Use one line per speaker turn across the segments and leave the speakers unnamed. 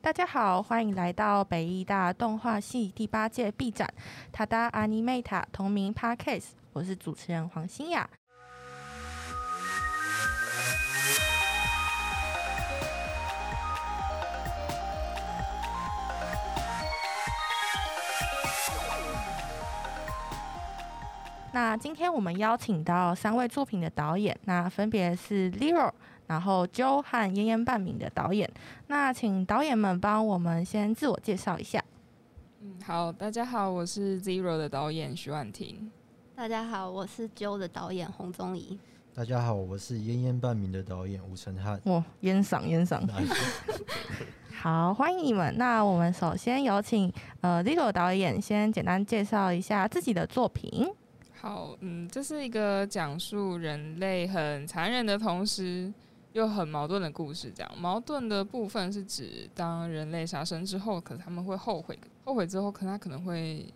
大家好，欢迎来到北艺大动画系第八届 B 展《塔达阿尼梅塔》同名 Podcast，我是主持人黄欣雅。那今天我们邀请到三位作品的导演，那分别是 Lero、然后 Joe 和燕燕半明的导演。那请导演们帮我们先自我介绍一下。
嗯，好，大家好，我是 Zero 的导演徐婉婷。
大家好，我是《揪》的导演洪宗仪。
大家好，我是烟烟半明的导演吴承 翰。
哇，哦烟嗓烟嗓。
那
好，欢迎你们。那我们首先有请呃 Lero 导演先简单介绍一下自己的作品。
好，嗯，这是一个讲述人类很残忍的同时又很矛盾的故事。这样，矛盾的部分是指当人类杀生之后，可是他们会后悔，后悔之后，可能他可能会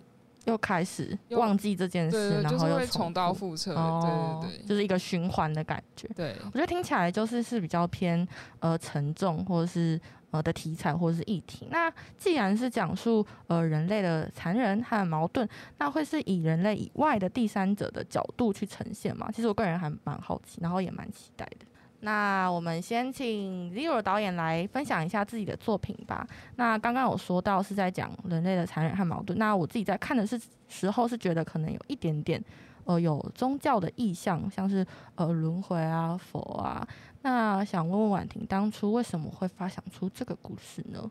又开始
又
忘记这件
对
事，
对，
然
就是
后又
会重蹈
复。
覆辙。
哦，
对对对
就是一个循环的感觉。
对，
我觉得听起来就是是比较偏呃沉重，或者是呃的题材，或者是议题。那既然是讲述呃人类的残忍和矛盾，那会是以人类以外的第三者的角度去呈现吗？其实我个人还蛮好奇，然后也蛮期待的。那我们先请 Zero 导演来分享一下自己的作品吧。那刚刚有说到是在讲人类的残忍和矛盾，那我自己在看的是时候是觉得可能有一点点呃有宗教的意象，像是呃轮回啊、佛啊。那想问问婉婷，当初为什么会发想出这个故事呢？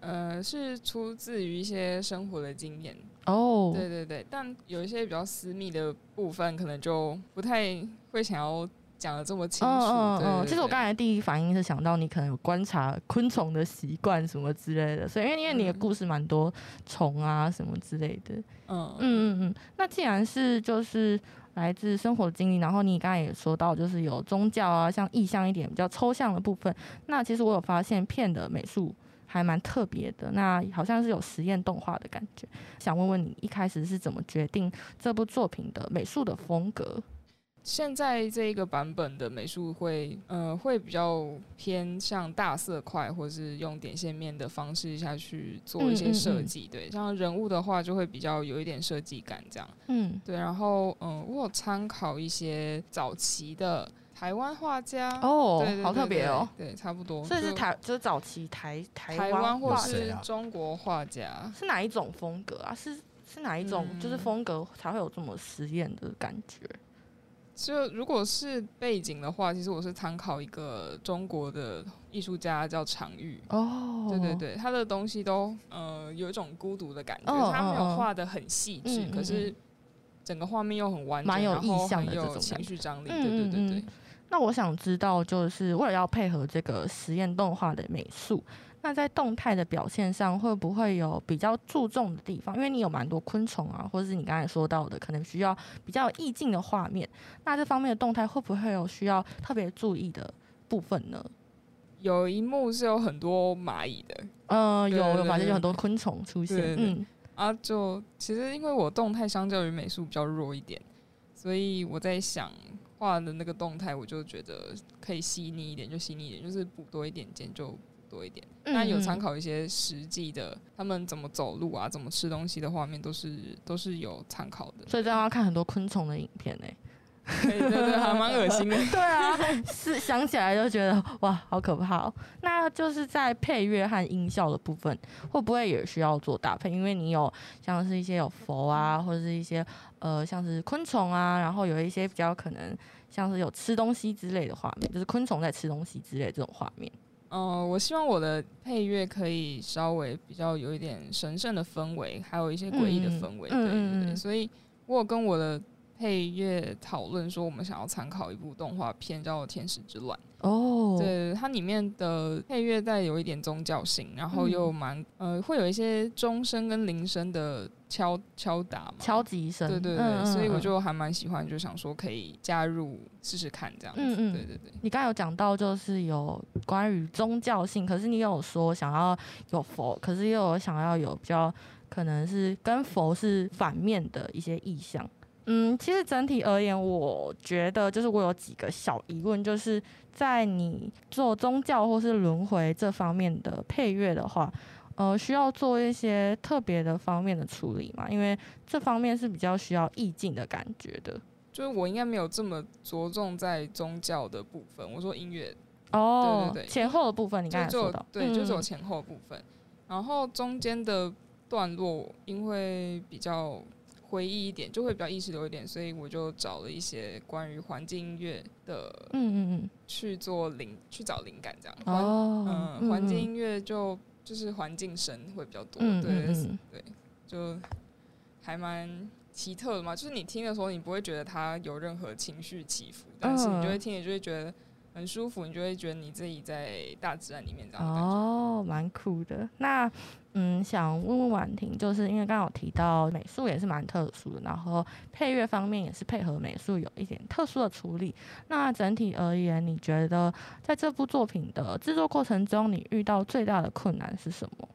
呃，是出自于一些生活的经验。
哦，
对对对，但有一些比较私密的部分，可能就不太会想要讲的这么清楚。
嗯嗯
对
嗯，
对
其实我
对
刚才第一反应是想到你可能有观察昆虫的习惯什么之类的，所以因为因为你的
嗯
故事蛮多虫啊什么之类的。
嗯
嗯嗯嗯，那既然是就是来自生活的经历，然后你刚才也说到，就是有宗教啊，像意象一点比较抽象的部分，那其实我有发现片的美术还蛮特别的，那好像是有实验动画的感觉。想问问你一开始是怎么决定这部作品的美术的风格？
现在这一个版本的美术会，呃，会比较偏向大色块，或是用点线面的方式下去做
嗯
一
嗯
些
嗯
设计。对，像人物的话，就会比较有一点设计感这样。
嗯，
对，然后嗯、呃我有参考一些早期的台湾画家，
哦
对，对对
好特别哦。
对，对差不多。
所以是
就
台就是早期台台
台
湾
湾或
画
谁
是
啊
中国画家。
是哪一种风格啊？是是哪一种、
嗯
就是风格才会有这么实验的感觉？
就如果是背景的话，其实我是参考一个中国的艺术家叫常玉。
哦，
对对对，他的东西都呃有一种孤独的感觉，
哦
他没
哦哦
有画的很细致，
嗯嗯
可是整个画面又很完整，
蛮有
然后
意象的
很
这
有
种感
情
觉
绪张力。
嗯
对对
嗯
对对
嗯，那我想知道，就是为了要配合这个实验动画的美术，那在动态的表现上会不会有比较注重的地方？因为你有蛮多昆虫啊，或者是你刚才说到的，可能需要比较有意境的画面。那这方面的动态会不会有需要特别注意的部分呢？
有一幕是有很多蚂蚁的
呃，有
对
有，
对
发现
对
有很多昆虫出现。
对对对
嗯，
啊，就其实因为我动态相较于美术比较弱一点，所以我在想画的那个动态，我就觉得可以细腻一点，就细腻一点，就是补多一点尖就补多一点。那有参
考。
考一些实际的，他们怎么走路啊，怎么吃东西的画面，都是都是有参考的。
所以这样要看很多昆虫的影片欸呢、
对对对，还蛮恶心的。
对啊，是想起来就觉得哇，好可怕、哦。那就是在配乐和音效的部分，会不会也需要做搭配？因为你有像是一些有佛啊，
嗯
或者是一些呃像是昆虫啊，然后有一些比较可能像是有吃东西之类的画面，就是昆虫在吃东西之类的这种画面。
嗯、我希望我的配乐可以稍微比较有一点神圣的氛围，还有一些诡异的
嗯
氛围。
嗯
对对
嗯
对，所以我有跟我的配乐讨论说，我们想要参考一部动画片叫《天使之卵》。
哦，
对，它里面的配乐带有一点宗教性，然后
嗯
又蛮、呃，会有一些钟声跟铃声的敲敲打嘛，
敲击声，
对对对，
嗯嗯
所以我
嗯
就还蛮喜欢，就想说可以加入试试看这样子。
嗯嗯
对对对，
你刚刚有讲到，就是有关于宗教性，可是你有说想要有佛，可是又有想要有比较可能是跟佛是反面的一些意象。嗯，其实整体而言，我觉得就是我有几个小疑问，就是在你做宗教或是轮回这方面的配乐的话，呃，需要做一些特别的方面的处理嘛？因为这方面是比较需要意境的感觉的。
就是我应该没有这么着重在宗教的部分。我说音乐，
哦，
对对
前后的部分你刚
就
才
就
说
有
到，
对，就是
嗯
有前后部分，然后中间的段落因为比较回忆一点，就会比较意识流一点，所以我就找了一些关于环境音乐的
嗯嗯
去做灵去找灵感这样。
嗯，
环
哦，
嗯，环境音乐就就是环境声会比较多，
嗯，嗯
对
嗯嗯
对，就还蛮奇特的嘛。就是你听的时候，你不会觉得它有任何情绪起伏，但是你
嗯
就会听，你就会觉得很舒服，你就会觉得你自己在大自然里面这样的感觉。
哦，蛮酷的。那嗯，想问问婉婷，就是因为刚刚有提到美术也是蛮特殊的，然后配乐方面也是配合美术有一点特殊的处理。那整体而言，你觉得在这部作品的制作过程中，你遇到最大的困难是什么？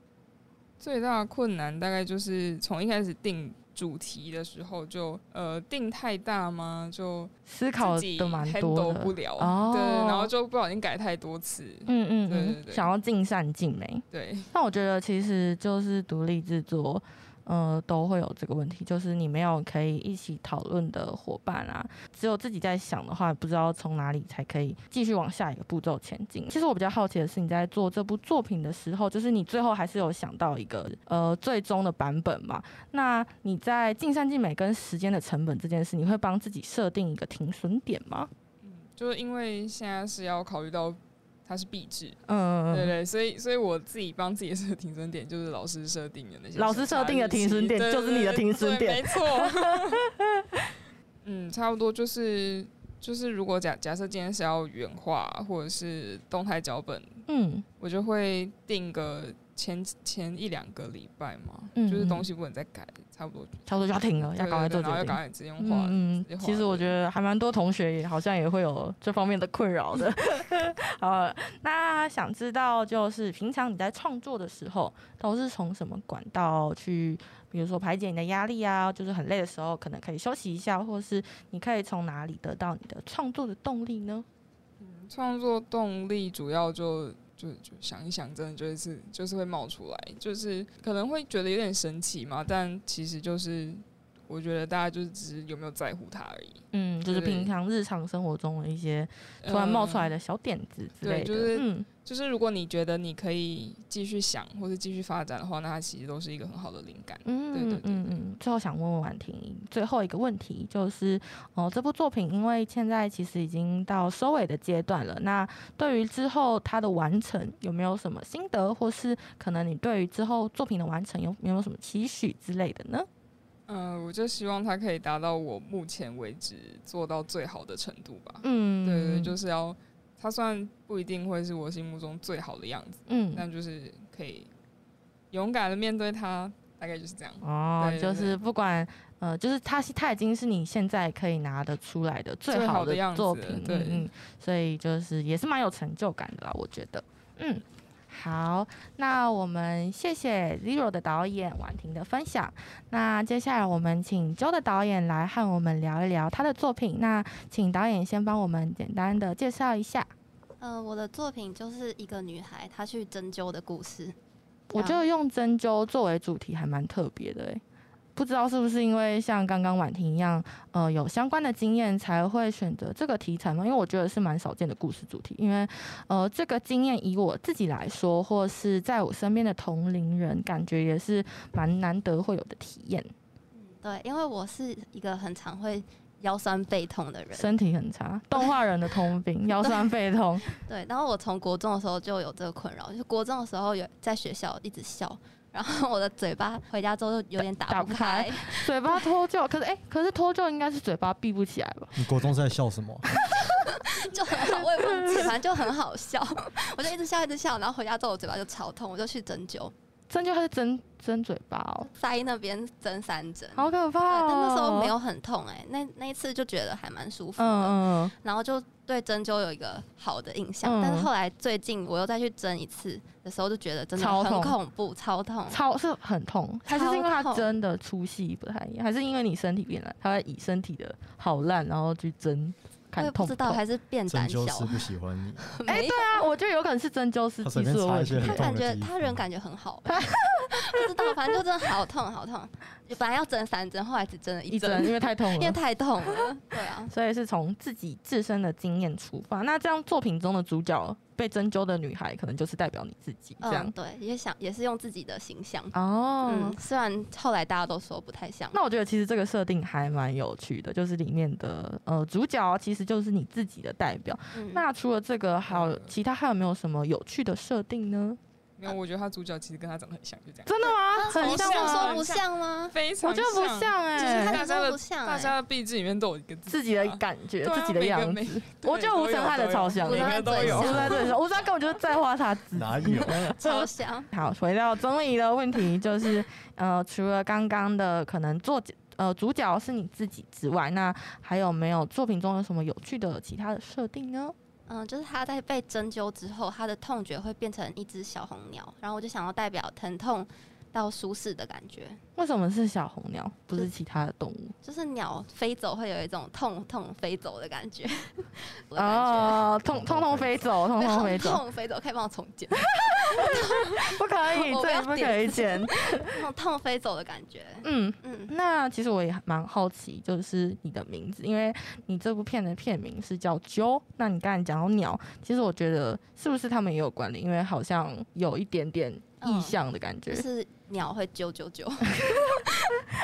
最大的困难大概就是从一开始定。主题的时候就呃定太大吗？就
思考
自己
的蛮多
handle
的，
不了，
哦
对，然后就不小心改太多次，
嗯嗯
对
嗯
对，对
想要尽善尽美。
对，
那我觉得其实就是独立制作，呃，都会有这个问题，就是你没有可以一起讨论的伙伴啊，只有自己在想的话，不知道从哪里才可以继续往下一个步骤前进。其实我比较好奇的是，你在做这部作品的时候，就是你最后还是有想到一个呃最终的版本嘛？那你在尽善尽美跟时间的成本这件事，你会帮自己设定一个停损点吗？
就是因为现在是要考虑到它是壁纸，
嗯，
对对，所以所以我自己帮自己设停损点，就是老师设定的那些
老师
审查
设定的
日期
停损点
对
就是你的
对
停损
对
点
没错。 嗯，差不多就是就是，如果假假设今天是要原画或者是动态脚本，
嗯
我就会定个前前一两个礼拜嘛，
嗯
就是
嗯
东西不能再改，差不多
差不多就要停了，要
对
赶快
对
做
对然后
决
要
定
赶。快直接用画的。
嗯
直接
嗯，
画
其实我
对
觉得还蛮多同学也好像也会有这方面的困扰的。 好，那想知道就是平常你在创作的时候都是从什么管道去，比如说排解你的压力啊，就是很累的时候可能可以休息一下，或是你可以从哪里得到你的创作的动力呢？
创作动力主要就就就想一想，真的就是就是会冒出来，就是可能会觉得有点神奇嘛，但其实就是我觉得大家就是只是有没有在乎它而已。
嗯，就是
对
平常日常生活中的一些突然冒出来
的，
的小点子之
对
类的。
就是
嗯
嗯就是如果你觉得你可以继续想或者继续发展的话，那它其实都是一个很好的灵感。
嗯
对对对
嗯嗯。最后想问问婉婷，最后一个问题就是，哦、这部作品因为现在其实已经到收尾的阶段了，那对于之后它的完成有没有什么心得，或是可能你对于之后作品的完成有有没有什么期许之类的呢？
嗯、我就希望它可以达到我目前为止做到最好的程度吧。
嗯，
对对，就是要它虽然不一定会是我心目中最好的样子。
嗯。
但就是可以勇敢的面对它，大概就是这样。
哦，
对对
就
对
是不管，呃，就是它是它已经是你现在可以拿得出来的最
最
好
好的样
的作
子了
品，
对
嗯嗯，所以就是也是蛮有成就感的啦，我觉得，嗯，好，那我们谢谢 Zero 的导演婉婷的分享，那接下来我们请周的导演来和我们聊一聊他的作品，那请导演先帮我们简单的介绍一下，
呃，我的作品就是一个女孩她去针灸的故事。
我觉得用针灸作为主题还蛮特别的、欸，不知道是不是因为像刚刚婉婷一样，呃，有相关的经验才会选择这个题材吗？因为我觉得是蛮少见的故事主题，因为呃，这个经验以我自己来说，或是在我身边的同龄人，感觉也是蛮难得会有的体验。
对，因为我是一个很常会腰酸背痛的人，
身体很差，动画人的通病，腰酸背 痛，
对，然后我从国中的时候就有这个困扰，就国中的时候有在学校一直笑，然后我的嘴巴回家之后就有点
打
打
不开嘴巴脱臼。可是哎、可是脱臼应该是嘴巴闭不起来吧？
你国中是在笑什么？
就很好，我也 忘记，反正就很好笑，我就一直笑一直笑，然后回家之后我嘴巴就超痛，我就去针灸，
针灸还是针针嘴巴哦，
腮那边针三针。
好可
对，
怕
但
哦！
那时候没有很痛哎、那那一次就觉得还蛮舒服的，
嗯，嗯
然后就对针灸有一个好的印
嗯
象。但是后来最近我又再去针一次的时候，就觉得真的
超
很
痛
恐怖，超痛
嗯，。超是很痛，还是
超
因为它
痛
真的粗细不太一样，还是因为你身体变烂，它会以身体的好烂然后去针
我
看
也
痛 不
不知道
痛。
还是变
针
胆小
灸，师不喜欢你，
哎、
没
对啊，我觉得有可能是针灸师
他
技
随便
术的
插
问
一
题
些。
他
很痛
感
的
觉
地
他人
方
感觉很好吧， 不知道，反正就真的好痛好痛。本来要针三针，后来只针了
一
一
针，
针，
因为太痛
因为
了。
太痛了。对啊，
所以是从自己自身的经验出发。那这样作品中的主角被针灸的女孩，可能就是代表你自己 这样
嗯，。对，也想也是用自己的形象。
哦、
嗯，虽然后来大家都说不太像，
那我觉得其实这个设定还蛮有趣的，就是里面的呃主角其实就是你自己的代表。
嗯
那除了这个，还有其他还有没有什么有趣的设定呢？
没有，我觉得他主角其实跟他长得很像，就这样，
真的吗？很
你
像
像
吗？
啊
说不像吗？
非常
我觉得不像哎、
就是
他
大
怎
家
么
的
不像
大
哎、
家的壁纸里面都有一个啊
自己的感觉，自己的样子。
子。
我觉得吴承翰的超像
每个都
对
有
吴
吴承
承翰
翰
对说，吴承翰根本就是在画 他自己。
哪有？
超像。
好，回到综艺的问题，就是呃，除了刚刚的可能作呃主角是你自己之外，那还有没有作品中有什么有趣的其他的设定呢？
嗯，就是他在被针灸之后，他的痛觉会变成一只小红鸟，然后我就想要代表疼痛到舒适的感觉，
为什么是小红鸟，不是其他的动物？
就是鸟飞走会有一种痛痛飞走的感觉。 我的感觉
哦，通通通飞走， 通
不要
通飞走，
痛飞走，可以帮我重 剪
不可以，
我不
这
要
里不可以
点
剪。
那种痛飞走的感觉。
嗯，
嗯，
那其实我也蛮好奇，就是你的名字，因为你这部片的片名是叫《鸠》，那你刚才讲到鸟，其实我觉得是不是他们也有关联？因为好像有一点点意
嗯
象的感觉，
就是鸟会啾啾 啾。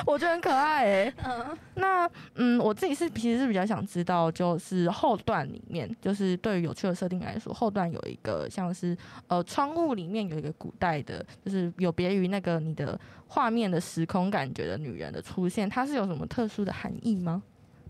我觉得很可爱诶、
嗯，
那嗯，我自己是其实是比较想知道，就是后段里面，就是对于有趣的设定来说，后段有一个像是呃窗户里面有一个古代的，就是有别于那个你的画面的时空感觉的女人的出现，它是有什么特殊的含义吗？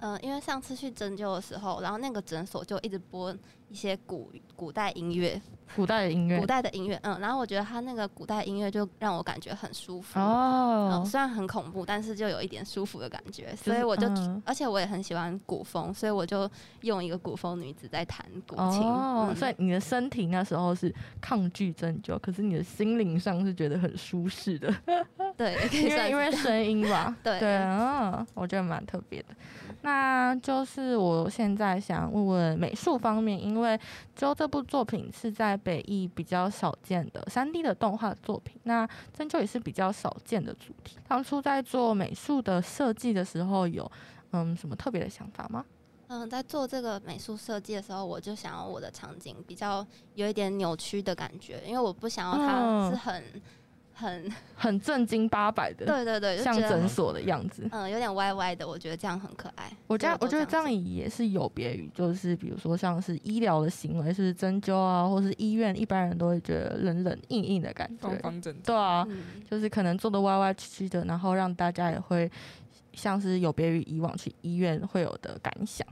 嗯，因为上次去针灸的时候，然后那个诊所就一直播一些古古代音乐，
古代的音乐
古代的音乐，嗯，然后我觉得他那个古代音乐就让我感觉很舒服。嗯
哦，
虽然很恐怖，但是就有一点舒服的感觉，
是
所以我就，
嗯
而且我也很喜欢古风，所以我就用一个古风女子在弹古琴，
哦，
嗯
所以你的身体那时候是抗拒针灸，可是你的心灵上是觉得很舒适 的。
对，可以
因为
算是啊
因为声音吧，
对
对，嗯，我觉得蛮特别的。那就是我现在想问问美术方面，因为《就这部作品是在北艺比较少见的三 D 的动画作品，那针灸也是比较少见的主题。当初在做美术的设计的时候有，嗯什么特别的想法吗？
嗯，在做这个美术设计的时候，我就想要我的场景比较有一点扭曲的感觉，因为我不想要它
嗯
是很、很
很正经八百的，
对对对，就
像
觉得
诊所的样子。
嗯有点歪歪的，我觉得这样很可爱。
我觉得
所以
我
都
觉得这样
做
也是有别于，就是比如说像是医疗的行为，是针灸啊，或是医院，一般人都会觉得冷冷硬硬的感
东
觉。
方正
对啊，
嗯
就是可能做的歪歪曲曲的，然后让大家也会像是有别于以往去医院会有的感想。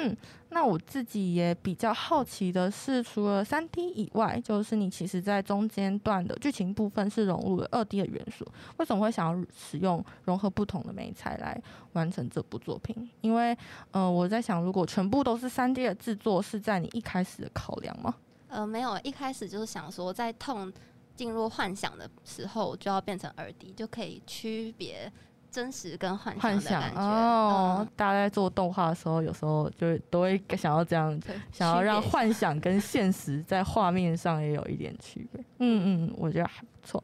嗯，那我自己也比较好奇的是，除了三 D 以外，就是你其实在中间段的剧情部分是融入了二 D 的元素，为什么会想要使用融合不同的美材来完成这部作品？因为，呃，我在想，如果全部都是三 D 的制作，是在你一开始的考量吗？
呃没有，一开始就是想说在痛进入幻想的时候就要变成耳笛，就可以区别真实跟幻
幻想
想的感觉。
哦
嗯，
大家在做动画的时候，有时候就是都会想要这样，
嗯对
想要
区
让
别
幻想跟现实在画面上也有一点区别。嗯嗯，我觉得还不错。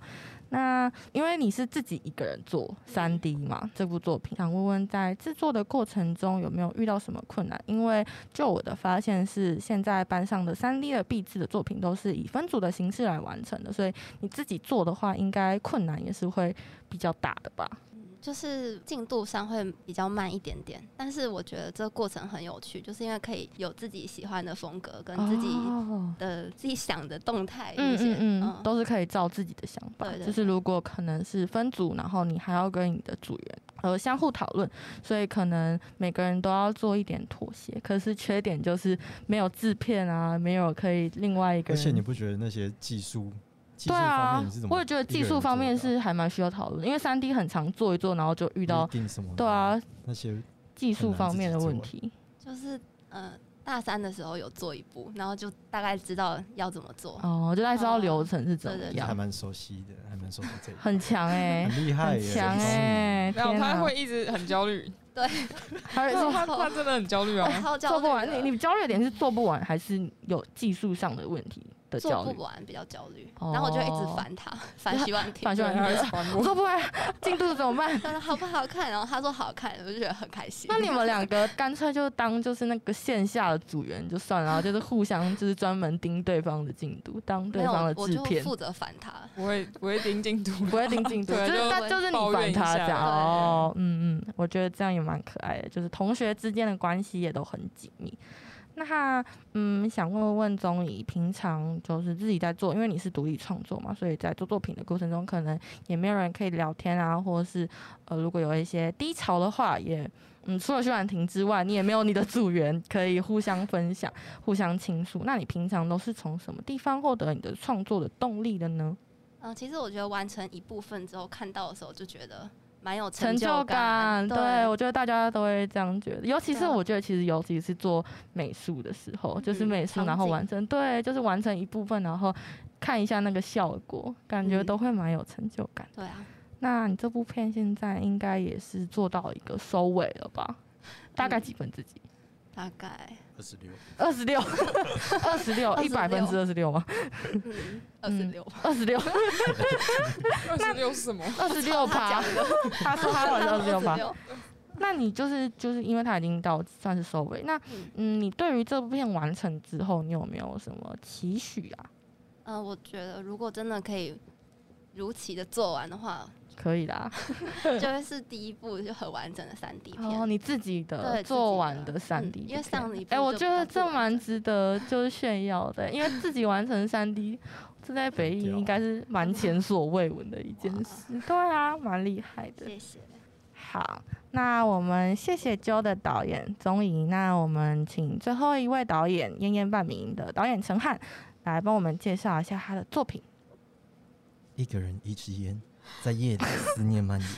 那因为你是自己一个人做三 D 嘛，这部作品想问问，在制作的过程中有没有遇到什么困难？因为就我的发现是，现在班上的三 D 的壁纸的作品都是以分组的形式来完成的，所以你自己做的话，应该困难也是会比较大的吧？
就是进度上会比较慢一点点，但是我觉得这个过程很有趣，就是因为可以有自己喜欢的风格跟自己
哦
的、自己想的动态
嗯
那些，
嗯嗯，都是可以照自己的想法。
对对
就是
对
如果可能是分组，然后你还要跟你的组员呃相互讨论，所以可能每个人都要做一点妥协。可是缺点就是没有制片啊，没有可以另外一个
而且你
人。
不觉得那些技术
技术
对
方
啊
面你是怎，么
我也觉得
一个人
技术方面
做的啊嗯
是还蛮需要讨论，因为三 D 很常做一做，然后就遇到
一定什么？
对啊，
那些
技术
很难
方
自己
面的
做
啊
问
欸
题。
就是呃大三的时候有做一部，然后就大概知道要怎么做。
哦，就大概知道流程是怎
对
么
对
还
样，
蛮熟悉的，还蛮熟悉这一块
很强哎、
很厉害
很
耶，
强哎、
然后
天
他
哪
会一直很 焦虑，
还会
他
说
他他真的很焦虑啊。
超
做
焦
不
虑
完，
的
你你焦虑的点是做不完，还是有技术上的问题的焦
做
虑哦
不？完比较焦虑，然后我就一直烦他， 烦洗碗
反
亭，
正
还是烦
我
我。
做不完，进度怎么办？
他说好不好看，然后他说好看，我就觉得很开心。
那你们两个干脆就当就是那个线下的组员就算了，然后就是互相就是专门盯对方的进度，当
没
对
有
方的，
我
制
就
片，
负责烦他。
不会不会盯进度，啊
不会盯进度，就
对
是
就
但就是你
抱怨
烦
一
他
下
这样
对
哦，嗯嗯，我觉得这样也蛮可爱的，就是同学之间的关系也都很紧密。那嗯，想问问钟怡，平常就是自己在做，因为你是独立创作嘛，所以在做作品的过程中，可能也没有人可以聊天啊，或者是呃，如果有一些低潮的话，也嗯，除了徐婉婷之外，你也没有你的组员可以互相分享、互相倾诉。那你平常都是从什么地方获得你的创作的动力的呢？
嗯、其实我觉得完成一部分之后，看到的时候就觉得蛮有
成
就
就感，
对，
对我觉得大家都会这样觉得，尤其是
对啊
我觉得其实尤其是做美术的时候，就是
嗯
美术
场
然后
景
完成，对，就是完成一部分，然后看一下那个效果，感觉
嗯
都会蛮有成就感。
对啊，
那你这部片现在应该也是做到一个收尾了吧？大概
嗯
几分自己？
大概
二十六，
二十六， 二十六，一百分之二十六吗？
嗯二十六，
二十六，
二十六是什么？
二十六趴。 他说他 二十六趴。
26
那你就是就是因为它已经到算是收尾，那
嗯
嗯，你对于这部片完成之后，你有没有什么期许啊？
嗯、我觉得如果真的可以如期的做完的话，
可以啦，
就会是第一部就很完整的三 D 片。
然哦后你自己
对
的
自己
做完
的
的三
嗯
D，、
因为上一部
哎、我
就
觉
比
得
较不
这
完
蛮
整
值得就是炫耀的，因为自己完成三 D，这在北
很
艺
屌
应该是 蛮前所未闻的一件
哇
事，对啊，蛮厉害的。
谢谢。
好，那我们谢谢 Jo 的导演钟怡，那我们请最后一位导演《燕燕半明》的导演陈汉来帮我们介绍一下他的作品。
一个人一支烟，在夜里思念蔓延。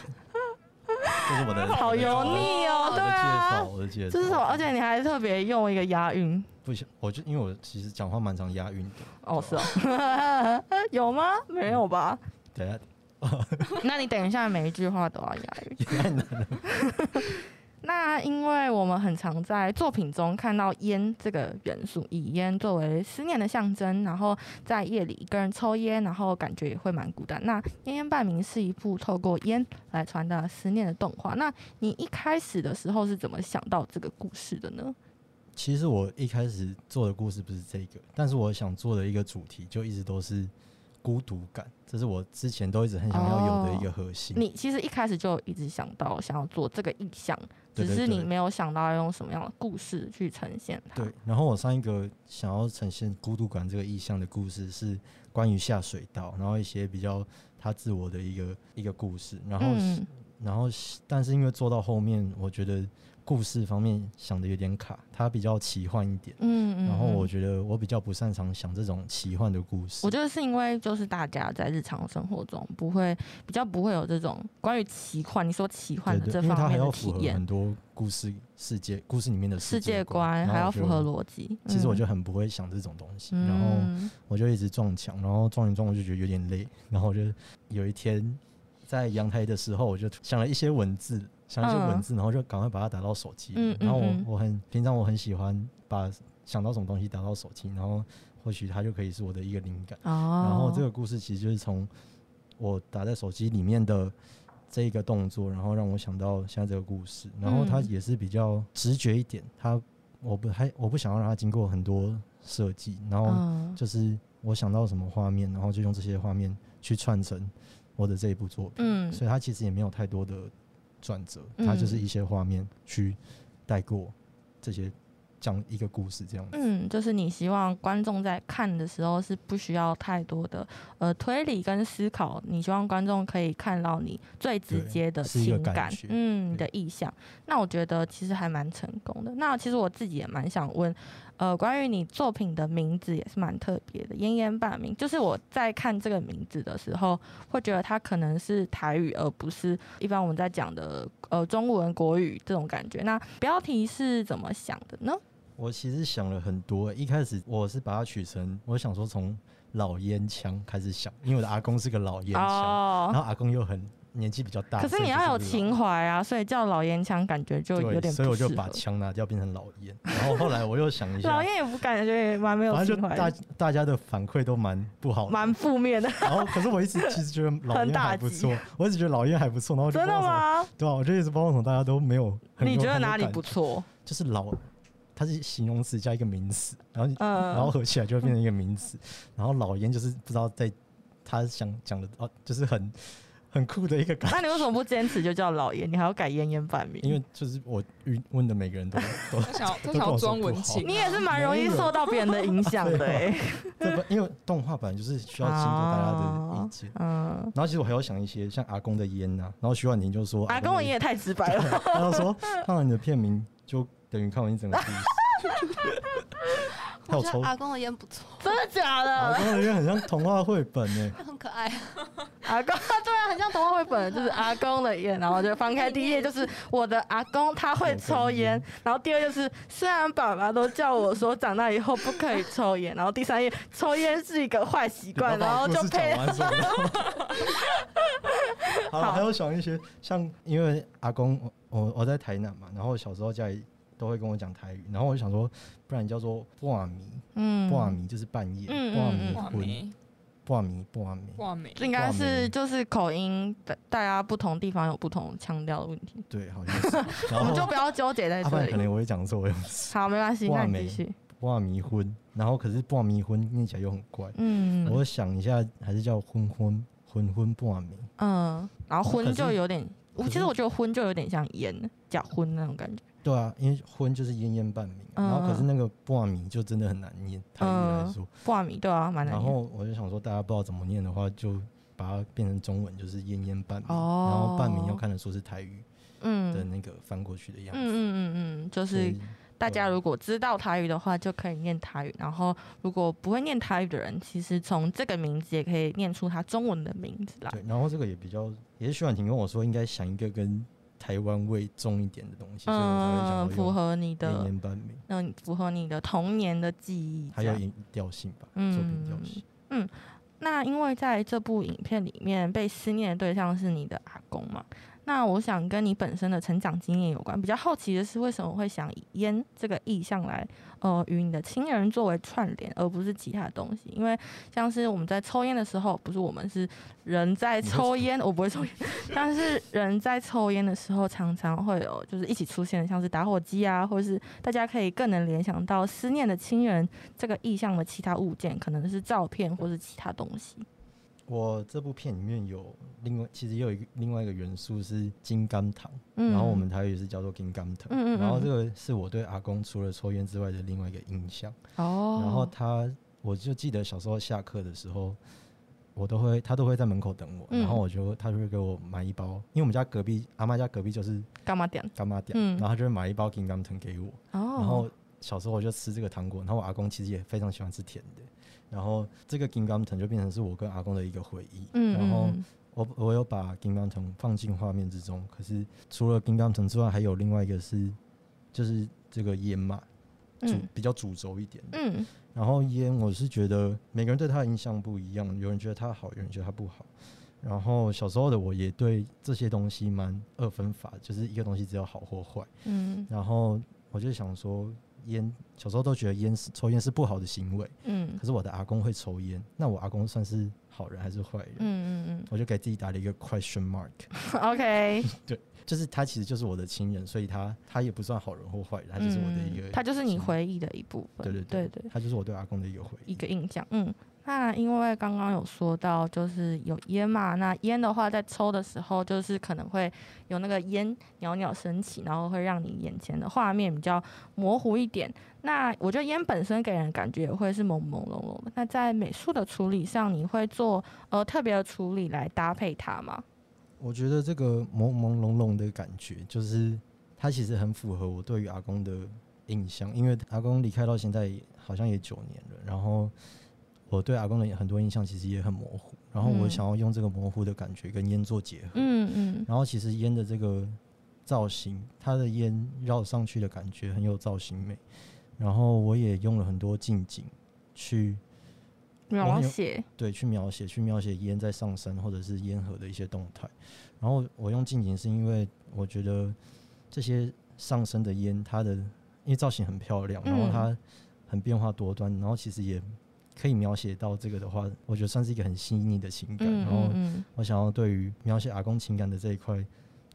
这是我的
好油
我的
腻哦，
我
对
的介绍，
啊，
我的介绍。
这是什么？而且你还特别用一个押韵，
不行，我就因为我其实讲话蛮常押韵的。
哦，是哦， 有吗？没有吧？
等一下，
那你等一下，每一句话都要押韵。 那因为我们很常在作品中看到烟这个元素，以烟作为思念的象征，然后在夜里一个人抽烟，然后感觉也会蛮孤单。那《烟烟半明》是一部透过烟来传达思念的动画。那你一开始的时候是怎么想到这个故事的
嗯
呢？
其实我一开始做的故事不是这个，但是我想做的一个主题就一直都是孤独感，这是我之前都一直很想要有的一个核心。
哦你其实一开始就一直想到想要做这个意象，
对
只
对
是你
对
没有想到要用什么样的故事去呈现它。
对，然后我上一个想要呈现孤独感这个意象的故事是关于下水道，然后一些比较他自我的一个一个故事，然后、
嗯，
然后但是因为做到后面，我觉得故事方面想的有点卡，它比较奇幻一点。
嗯嗯，
然后
嗯
我觉得我比较不擅长想这种奇幻的故事
我，觉得是因为就是大家在日常生活中不会比较不会有这种关于奇幻，你说奇幻的
对对，
这
因为它
方
还
面的
要符
体
合
验
很，多故事世界故事里面的
世界
界
观
然
还
后
要
我就
符合逻辑。
其实我
嗯
就很不会想这种东西，然后我就一直撞墙，然后撞一撞我就觉得有点累，然后我就有一天在阳台的时候，我就想了一些文字，想了一些文
嗯
字，然后就赶快把它打到手机里。
嗯
然后
嗯嗯
我我很平常我很喜欢把想到什么东西打到手机，然后或许它就可以是我的一个灵感。
嗯哦，
然后这个故事其实就是从我打在手机里面的这一个动作，然后让我想到现在这个故事。然后它
嗯
也是比较直觉一点，它我不还我不想要让它经过很多设计，然后
嗯
就是我想到什么画面，然后就用这些画面去串成我的这一部作品。
嗯
所以它其实也没有太多的转折，它就是
嗯
一些画面去带过这些讲一个故事这样子。
嗯，就是你希望观众在看的时候是不需要太多的呃推理跟思考，你希望观众可以看到你最直
对
接的
是一个
情
感
感
觉，
嗯，你的
对
意向。那我觉得其实还蛮成功的。那其实我自己也蛮想问，呃，关于你作品的名字也是蛮特别的，“烟烟半名”，就是我在看这个名字的时候，会觉得它可能是台语，而不是一般我们在讲的呃中文、国语这种感觉。那标题是怎么想的呢？
我其实想了很多，欸一开始我是把它取成，我想说从老烟枪开始想，因为我的阿公是个老烟枪，然
哦，
后阿公又很年纪比较大，
可是你要有情
怀。
怀啊，所以叫老烟枪感觉就
对，
有点
所以
不
我
适
就把
合。啊
枪拿掉，变成老烟。然后后来我又想一下，
老烟也不感觉也蛮没有
反正
情
就
怀
大
的，
大家的反馈都蛮不好的，
蛮负面的，
然后可是我一直其实觉 得老
很
烟
打
还不
击
错，我一直觉得老烟还不错，然后我就
真
不知
的
道为什么？
吗？
对啊，我就一直不知道为什么大家都没有很有。
你觉得
很有
哪里
感
不
觉？
错？
就是老，它是形容词加一个名词， 然后你
嗯，
然后合起来就会变成一个名词，然后老烟就是不知道在他想讲的哦，就是很很酷的一个感觉。
那你为什么不坚持就叫老爷？你还要改烟烟半名？
因为就是我遇问的每个人都都
他想要他想
都跟
要
我说
装
不
文
好
青啊，
你也是蛮容易受到别人的影响 的、欸，
这不因为动画本来就是需要经过大家的意见。
嗯，
然后其实我还要想一些像阿公的烟呐、啊然后徐婉婷就说啊
啊，跟我
的
也太直白了，
他就说看完你的片名就等于看完一整个故事。他
我
有
觉
抽
得阿公的烟不错，
真的假
阿
的？
公的烟很像童话绘本欸呢、
很可爱。
阿公，对啊，很像童话绘本，就是阿公的烟，然后就翻开第一页就是我的阿公他会抽烟，然后第二就是虽然爸爸都叫我说长大以后不可以抽烟，然后第三页抽烟是一个坏习
你不要
惯，然
把
后
我
就
故事
配
讲完之后。 好了，还有想一些像，因为阿公，我我我在台南嘛，然后小时候家里都会跟我讲台语，然后我就想说，不然叫做挂米，
嗯
挂米就是半夜，
嗯
挂米
哇
魂，
美
挂米挂米，
哇美，
应该是就是口音，大家不同地方有不同腔调的问题，
对，好像 是。
我
然
们就
后
不要纠结在
阿
这
爸啊可
里。
能我会讲错，我 用
好，没关系，那
挂
你
眉
继续。
挂迷昏，然后可是挂迷昏念起来又很怪，
嗯，
我想一下，还是叫昏昏昏昏挂迷。
嗯，然后
可
荤
是
就有点，我
可
其实
是
我觉得荤就有点像烟，假荤那种感觉。
对啊，因为昏就是烟烟半明，啊然后可是
嗯
那个挂米就真的很难念，台语来说。
挂米对啊，蛮难
然
念。
后我就想说，大家不知道怎么念的话，就把它变成中文，就是烟烟半明，
哦
然后半明又看得出是台语
嗯
的
嗯
那个翻过去的样
嗯
子。
嗯嗯，就
所
是
以
大家如果知道台语的话，就可以念台语。然后如果不会念台语的人，其实从这个名字也可以念出他中文的名字来。
对，然后这个也比较，也是徐婉婷跟我说，应该想一个跟台湾味重一点的东西，所以
嗯，
我才会
符
想
合你
到用烟
的，
烟半明，
嗯，符合你的童年的记忆。
还
这
有
样
音调性吧，
嗯
作品调性。
那因为在这部影片里面被思念的对象是你的阿公嘛，那我想跟你本身的成长经验有关。比较好奇的是，为什么会想以烟这个意象来，呃，与你的亲人作为串联，而不是其他东西？因为像是我们在抽烟的时候，不是我们是人在
你会抽
抽烟，我不会抽烟， 但是人在抽烟的时候，常常会有就是一起出现的，像是打火机啊，或者是大家可以更能联想到思念的亲人这个意象的其他物件，可能是照片或是其他东西。
我这部片里面有另外，其实也有一个另外一个元素是金甘糖，
嗯
然后我们台语是叫做金甘糖，
嗯嗯嗯
然后这个是我对阿公除了抽烟之外的另外一个印象。
哦，
然后他，我就记得小时候下课的时候，我都会他都会在门口等我，
嗯
然后我就他就会给我买一包，因为我们家隔壁阿妈家隔壁就是
干嘛点？
干妈店，
嗯
然后他就会买一包金甘糖给我，
哦，
然后小时候我就吃这个糖果，然后我阿公其实也非常喜欢吃甜的，然后这个金甘糖就变成是我跟阿公的一个回忆，
嗯，
然后。
嗯
我我有把金刚藤放进画面之中，可是除了金刚藤之外，还有另外一个是，就是这个烟嘛，主、
嗯
比较主轴一点的。
嗯
然后烟，我是觉得每个人对它的印象不一样，有人觉得它好，有人觉得它不好。然后小时候的我也对这些东西蛮二分法，就是一个东西只有好或坏。
嗯
然后我就想说，烟小时候都觉得烟是抽烟是不好的行为，
嗯
可是我的阿公会抽烟，那我阿公算是好人还是坏人？
嗯嗯
我就给自己打了一个 question mark，
嗯，OK，
就是他其实就是我的亲人，所以他他也不算好人或坏 人，他就是我的一个，
嗯它就是你
亲人
回忆的一部分。
对对
对
对
对，
他就是我对阿公的一个回忆。
一个印象。嗯，那因为刚刚有说到就是有烟嘛，那烟的话在抽的时候，就是可能会有那个烟袅袅升起，然后会让你眼前的画面比较模糊一点。那我觉得烟本身给人的感觉也会是朦朦胧胧的。那在美术的处理上，你会做呃特别的处理来搭配它吗？
我觉得这个朦朦胧胧的感觉，就是他其实很符合我对于阿公的印象，因为阿公离开到现在也好像也九年了，然后我对阿公的很多印象其实也很模糊，然后我
嗯
想要用这个模糊的感觉跟烟做结合，
嗯嗯
然后其实烟的这个造型，它的烟绕上去的感觉很有造型美，然后我也用了很多近景去
描写，
对，去描写，去描写烟在上升或者是烟盒的一些动态。然后我用近景是因为我觉得这些上升的烟，它的因为造型很漂亮，然后
嗯
它很变化多端，然后其实也可以描写到这个的话，我觉得算是一个很细腻的情感。
嗯
然后
嗯嗯，
我想要对于描写阿公情感的这一块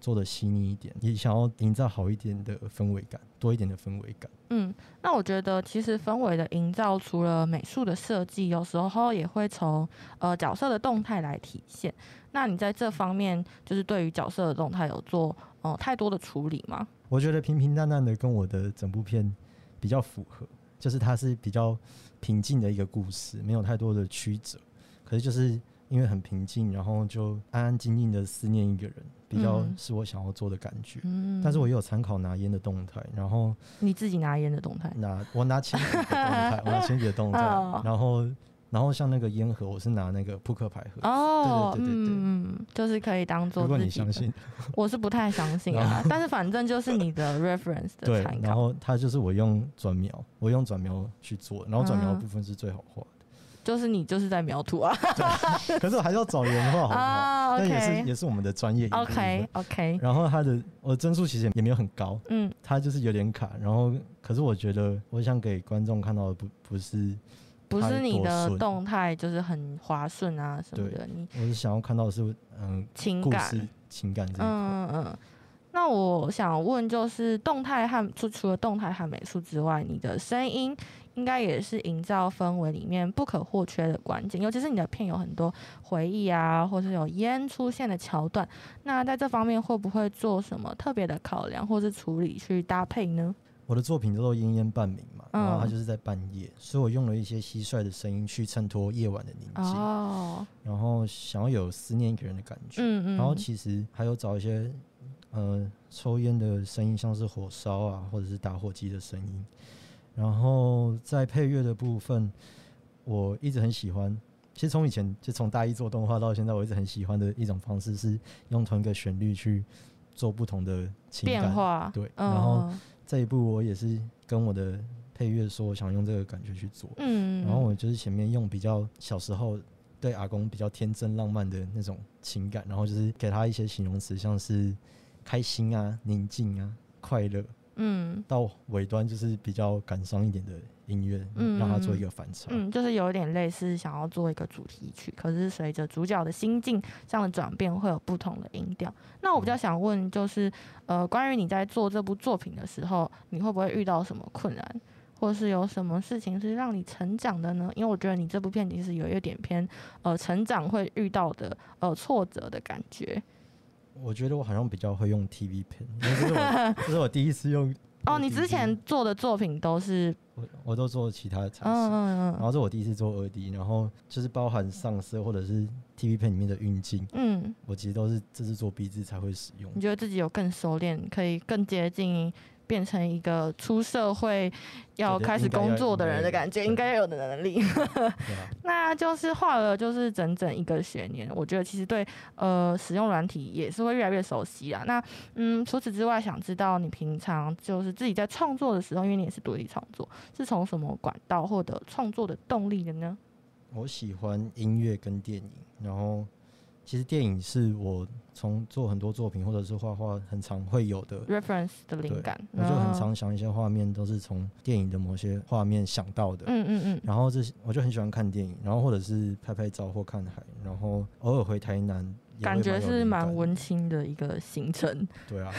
做的细腻一点，也想要营造好一点的氛围感，多一点的氛围感。
嗯，那我觉得其实氛围的营造，除了美术的设计，有时候也会从呃角色的动态来体现。那你在这方面，就是对于角色的动态有做呃太多的处理吗？
我觉得平平淡淡的跟我的整部片比较符合，就是它是比较平静的一个故事，没有太多的曲折。可是就是因为很平静，然后就安安静静的思念一个人，比较
嗯
是我想要做的感觉。
嗯，
但是我也有参考拿烟的动态，然后
你自己拿烟的动态，
拿我拿铅笔的动态，我拿铅笔的动态
哦，
然后然后像那个烟盒，我是拿那个扑克牌盒。
哦，
对对对对对
嗯，嗯就是可以当做
如果
自
你
己的
相信，
我是不太相 信啊，但是反正就是你的 reference 的
对
参，
然
考，
后它就是我用转描，我用转描去做，然后转描的
嗯
部分是最好画的。
就是你就是在描图啊。
可是我还是要找原话，好不好？
啊
哦但也是
，OK
也是我们的专业一部分
OK OK，
然后他的我的帧数其实也没有很高，
嗯
他就是有点卡。然后可是我觉得我想给观众看到的不不是，
不是你
它多
的
顺
动态就是很滑顺啊什么的，你
我是想要看到的是嗯
情
故
感，
事情感这一块。
嗯嗯嗯。那我想问，就是动态和除除了动态和美术之外，你的声音应该也是营造氛围里面不可或缺的关键，尤其是你的片有很多回忆啊，或是有烟出现的桥段，那在这方面会不会做什么特别的考量或是处理去搭配呢？
我的作品叫做《烟烟半明》嘛，
嗯
然后它就是在半夜，所以我用了一些蟋蟀的声音去衬托夜晚的宁静，
哦，
然后想要有思念一个人的感觉。
嗯嗯，
然后其实还有找一些呃抽烟的声音，像是火烧啊，或者是打火机的声音。然后在配乐的部分，我一直很喜欢。其实从以前就从大一做动画到现在，我一直很喜欢的一种方式是用同一个旋律去做不同的情
变
感。
化，
对
嗯，
然后这一部我也是跟我的配乐说，我想用这个感觉去做。
嗯，
然后我就是前面用比较小时候对阿公比较天真浪漫的那种情感，然后就是给他一些形容词，像是开心啊、宁静啊、快乐，
嗯
到尾端就是比较感伤一点的音乐，
嗯
让他做一个反差。
嗯，就是有点类似想要做一个主题曲，可是随着主角的心境上的转变，会有不同的音调。那我比较想问，就是呃，关于你在做这部作品的时候，你会不会遇到什么困难，或是有什么事情是让你成长的呢？因为我觉得你这部片其实有一点偏呃成长会遇到的呃挫折的感觉。。
我觉得我好像比较会用 TV 片，因为这是我这是我第一次用
哦，你
嗯
之前做的作品都是
我我都做其他的尝试。
嗯嗯
然
嗯
后这我第一次做二 D，然后就是包含上色或者是 TV 片里面的运镜，
嗯，
我其实都是这次做鼻子才会使用的
你。 觉得自己有更熟练，可以更接近变成一个出社会要
对
开始
应该要
工作的人的感觉，应
应该
该要有的能力。
对啊
那就是画了就是整整一个学年，我觉得其实对呃使用软体也是会越来越熟悉啊。那嗯，除此之外，想知道你平常就是自己在创作的时候，因为你也是独立创作，是从什么管道获得创作的动力的呢？
我喜欢音乐跟电影，然后其实电影是我从做很多作品或者是画画很常会有的，
reference 的灵
对
感，
我就很
嗯
常想一些画面都是从电影的某些画面想到的。
嗯嗯嗯
然后这些我就很喜欢看电影，然后或者是拍拍照或看海，然后偶尔回台南也会
感觉
有
是
灵感
蛮
的
温馨的一个行程。
对啊，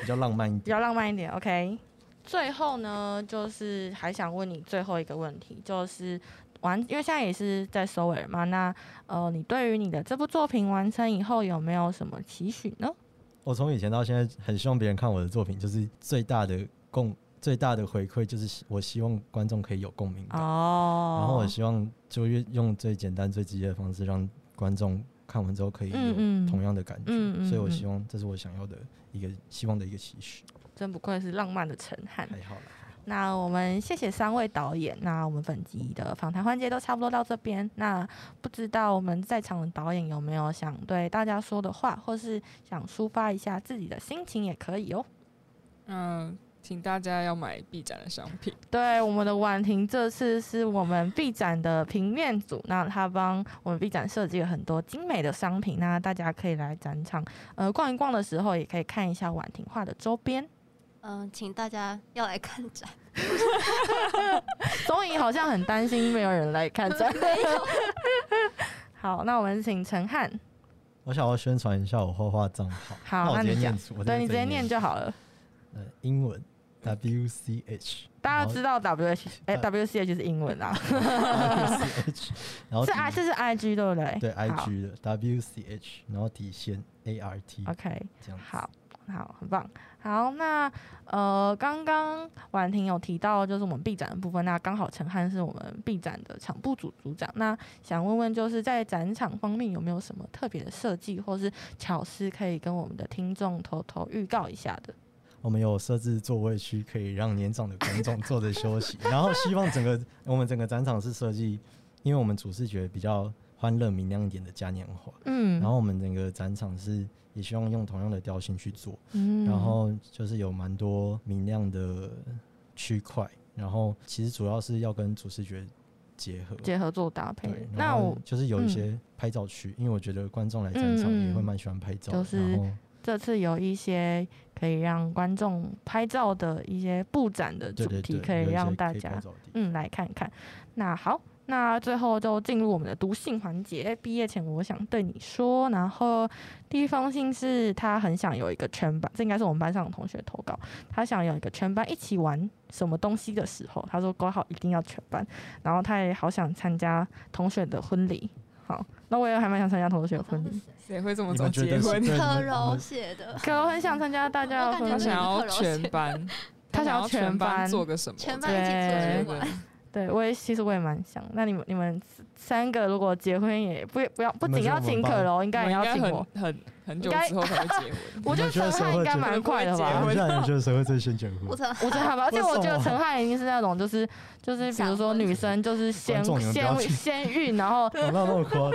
比较浪漫一
比
点。
较浪漫一点，OK。最后呢，就是还想问你最后一个问题，就是完，因为现在也是在收尾了嘛，那呃，你对于你的这部作品完成以后有没有什么期许呢？
我从以前到现在很希望别人看我的作品，就是最大的共最大的回馈就是希我希望观众可以有共鸣感。
哦，
然后我希望就越用最简单、最直接的方式，让观众看完之后可以有
嗯嗯
同样的感觉。
嗯嗯
所以我
嗯
希望这是我想要的一个希望的一个期许。
真不愧是浪漫的陈汉。
还好啦，
那我们谢谢三位导演。那我们本集的访谈环节都差不多到这边。那不知道我们在场的导演有没有想对大家说的话，或是想抒发一下自己的心情也可以哦。
嗯，请大家要买 B 展的商品。
对，我们的婉婷这次是我们 B 展的平面组，那她帮我们 B 展设计了很多精美的商品，那大家可以来展场呃逛一逛的时候，也可以看一下婉婷画的周边。
嗯，请大家要来看展，
钟颖好像很担心没有人来看展。好，那我们请陈汉，
我想要宣传一下我画画账号。
好
我
那
直接
你
念
讲
出，我
对你直接念
念
就好了。
呃英文 W C H，
大家知道 W H 哎、
呃
W C H 是英文啊，
W C H，然后
是 I
底
这是 I G 对不对？
对
哎好
IG 的 W C H，然后底线 A R T
OK，
这样子。
好，好，很棒。好，那呃，刚刚婉婷有提到就是我们 B 展的部分，那刚好陈汉是我们 B 展的场部组组长，那想问问就是在展场方面有没有什么特别的设计或是巧思可以跟我们的听众偷偷预告一下的？
我们有设置座位区，可以让年长的观众坐着休息。然后希望整个我们整个展场是设计，因为我们主视觉比较欢乐明亮一点的嘉年华。
嗯，
然后我们整个展场是也希望用同样的调性去做，
嗯
然后就是有蛮多明亮的区块，然后其实主要是要跟主视觉结合。
结合做搭配
对，，
哎那
然后
我
就是有
嗯
一些拍照区，因为我觉得观众来展场
嗯嗯
也会蛮喜欢拍照的，
就是
然后
这次有一些可以让观众拍照的一些布展的主
对对
题，
对，
可
有一
以
些
让大
可以
家
拍照的地方
嗯，来看看。那好，那最后就进入我们的读信环节。毕业前，我想对你说，然后第一封信是他很想有一个全班，这应该是我们班上的同学投稿，他想有一个全班一起玩什么东西的时候，他说挂号一定要全班，然后他也好想参加同学的婚礼。好，那我也还蛮想参加同学的婚礼，
谁会这么
你
早
们觉
结
得 是
婚？
对你
柯
们你
柔
们
写的，
可我很想参加大家的
我
他
婚
感觉
礼
想。要全班，
他想要
要
全班
班做个什么？
全班一起
对
出去玩，
对，我也其实我也蛮想。那你们你们三个如果结婚也不不要不
你
仅
们觉得
要
我们
请
班
可柔，应
应
该也要请我。
很很很久
应该。
之后才会结婚
我觉得陈汉应该蛮快的
结
吧
婚。
我现在觉得谁会最先结婚
我？操，
嗯我觉得还蛮，而且我觉得陈汉一定是那种，就是就是，比如说女生就是先
观众你们不要
先
去
先孕，然后
哦我那么夸张？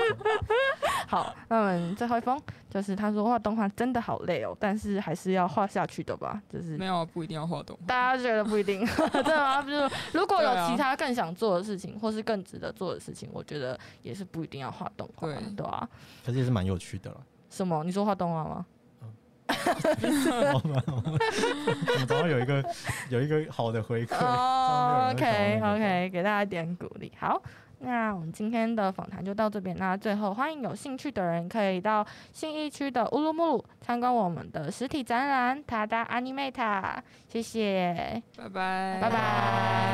好，那我们最后一封就是他说画动画真的好累哦，但是还是要画下去的吧，就是
没有，啊不一定要画动画。
大家觉得不一定， 真的吗？就是如果有
对啊
其他更想做的事情，或是更值得做的事情，我觉得也是不一定要画动画，
对
对啊。
可是也是蛮有趣的 啦。
什么？你说画动画 吗？
我们我们总要有一个有一个好的回馈。
哦
这样没
OK
有人会想到那个
OK，给大家一点鼓励。好，那我们今天的访谈就到这边。那最后，欢迎有兴趣的人可以到信义区的乌鲁木鲁参观我们的实体展览《塔达 Animata》。谢谢，
拜拜，
拜拜。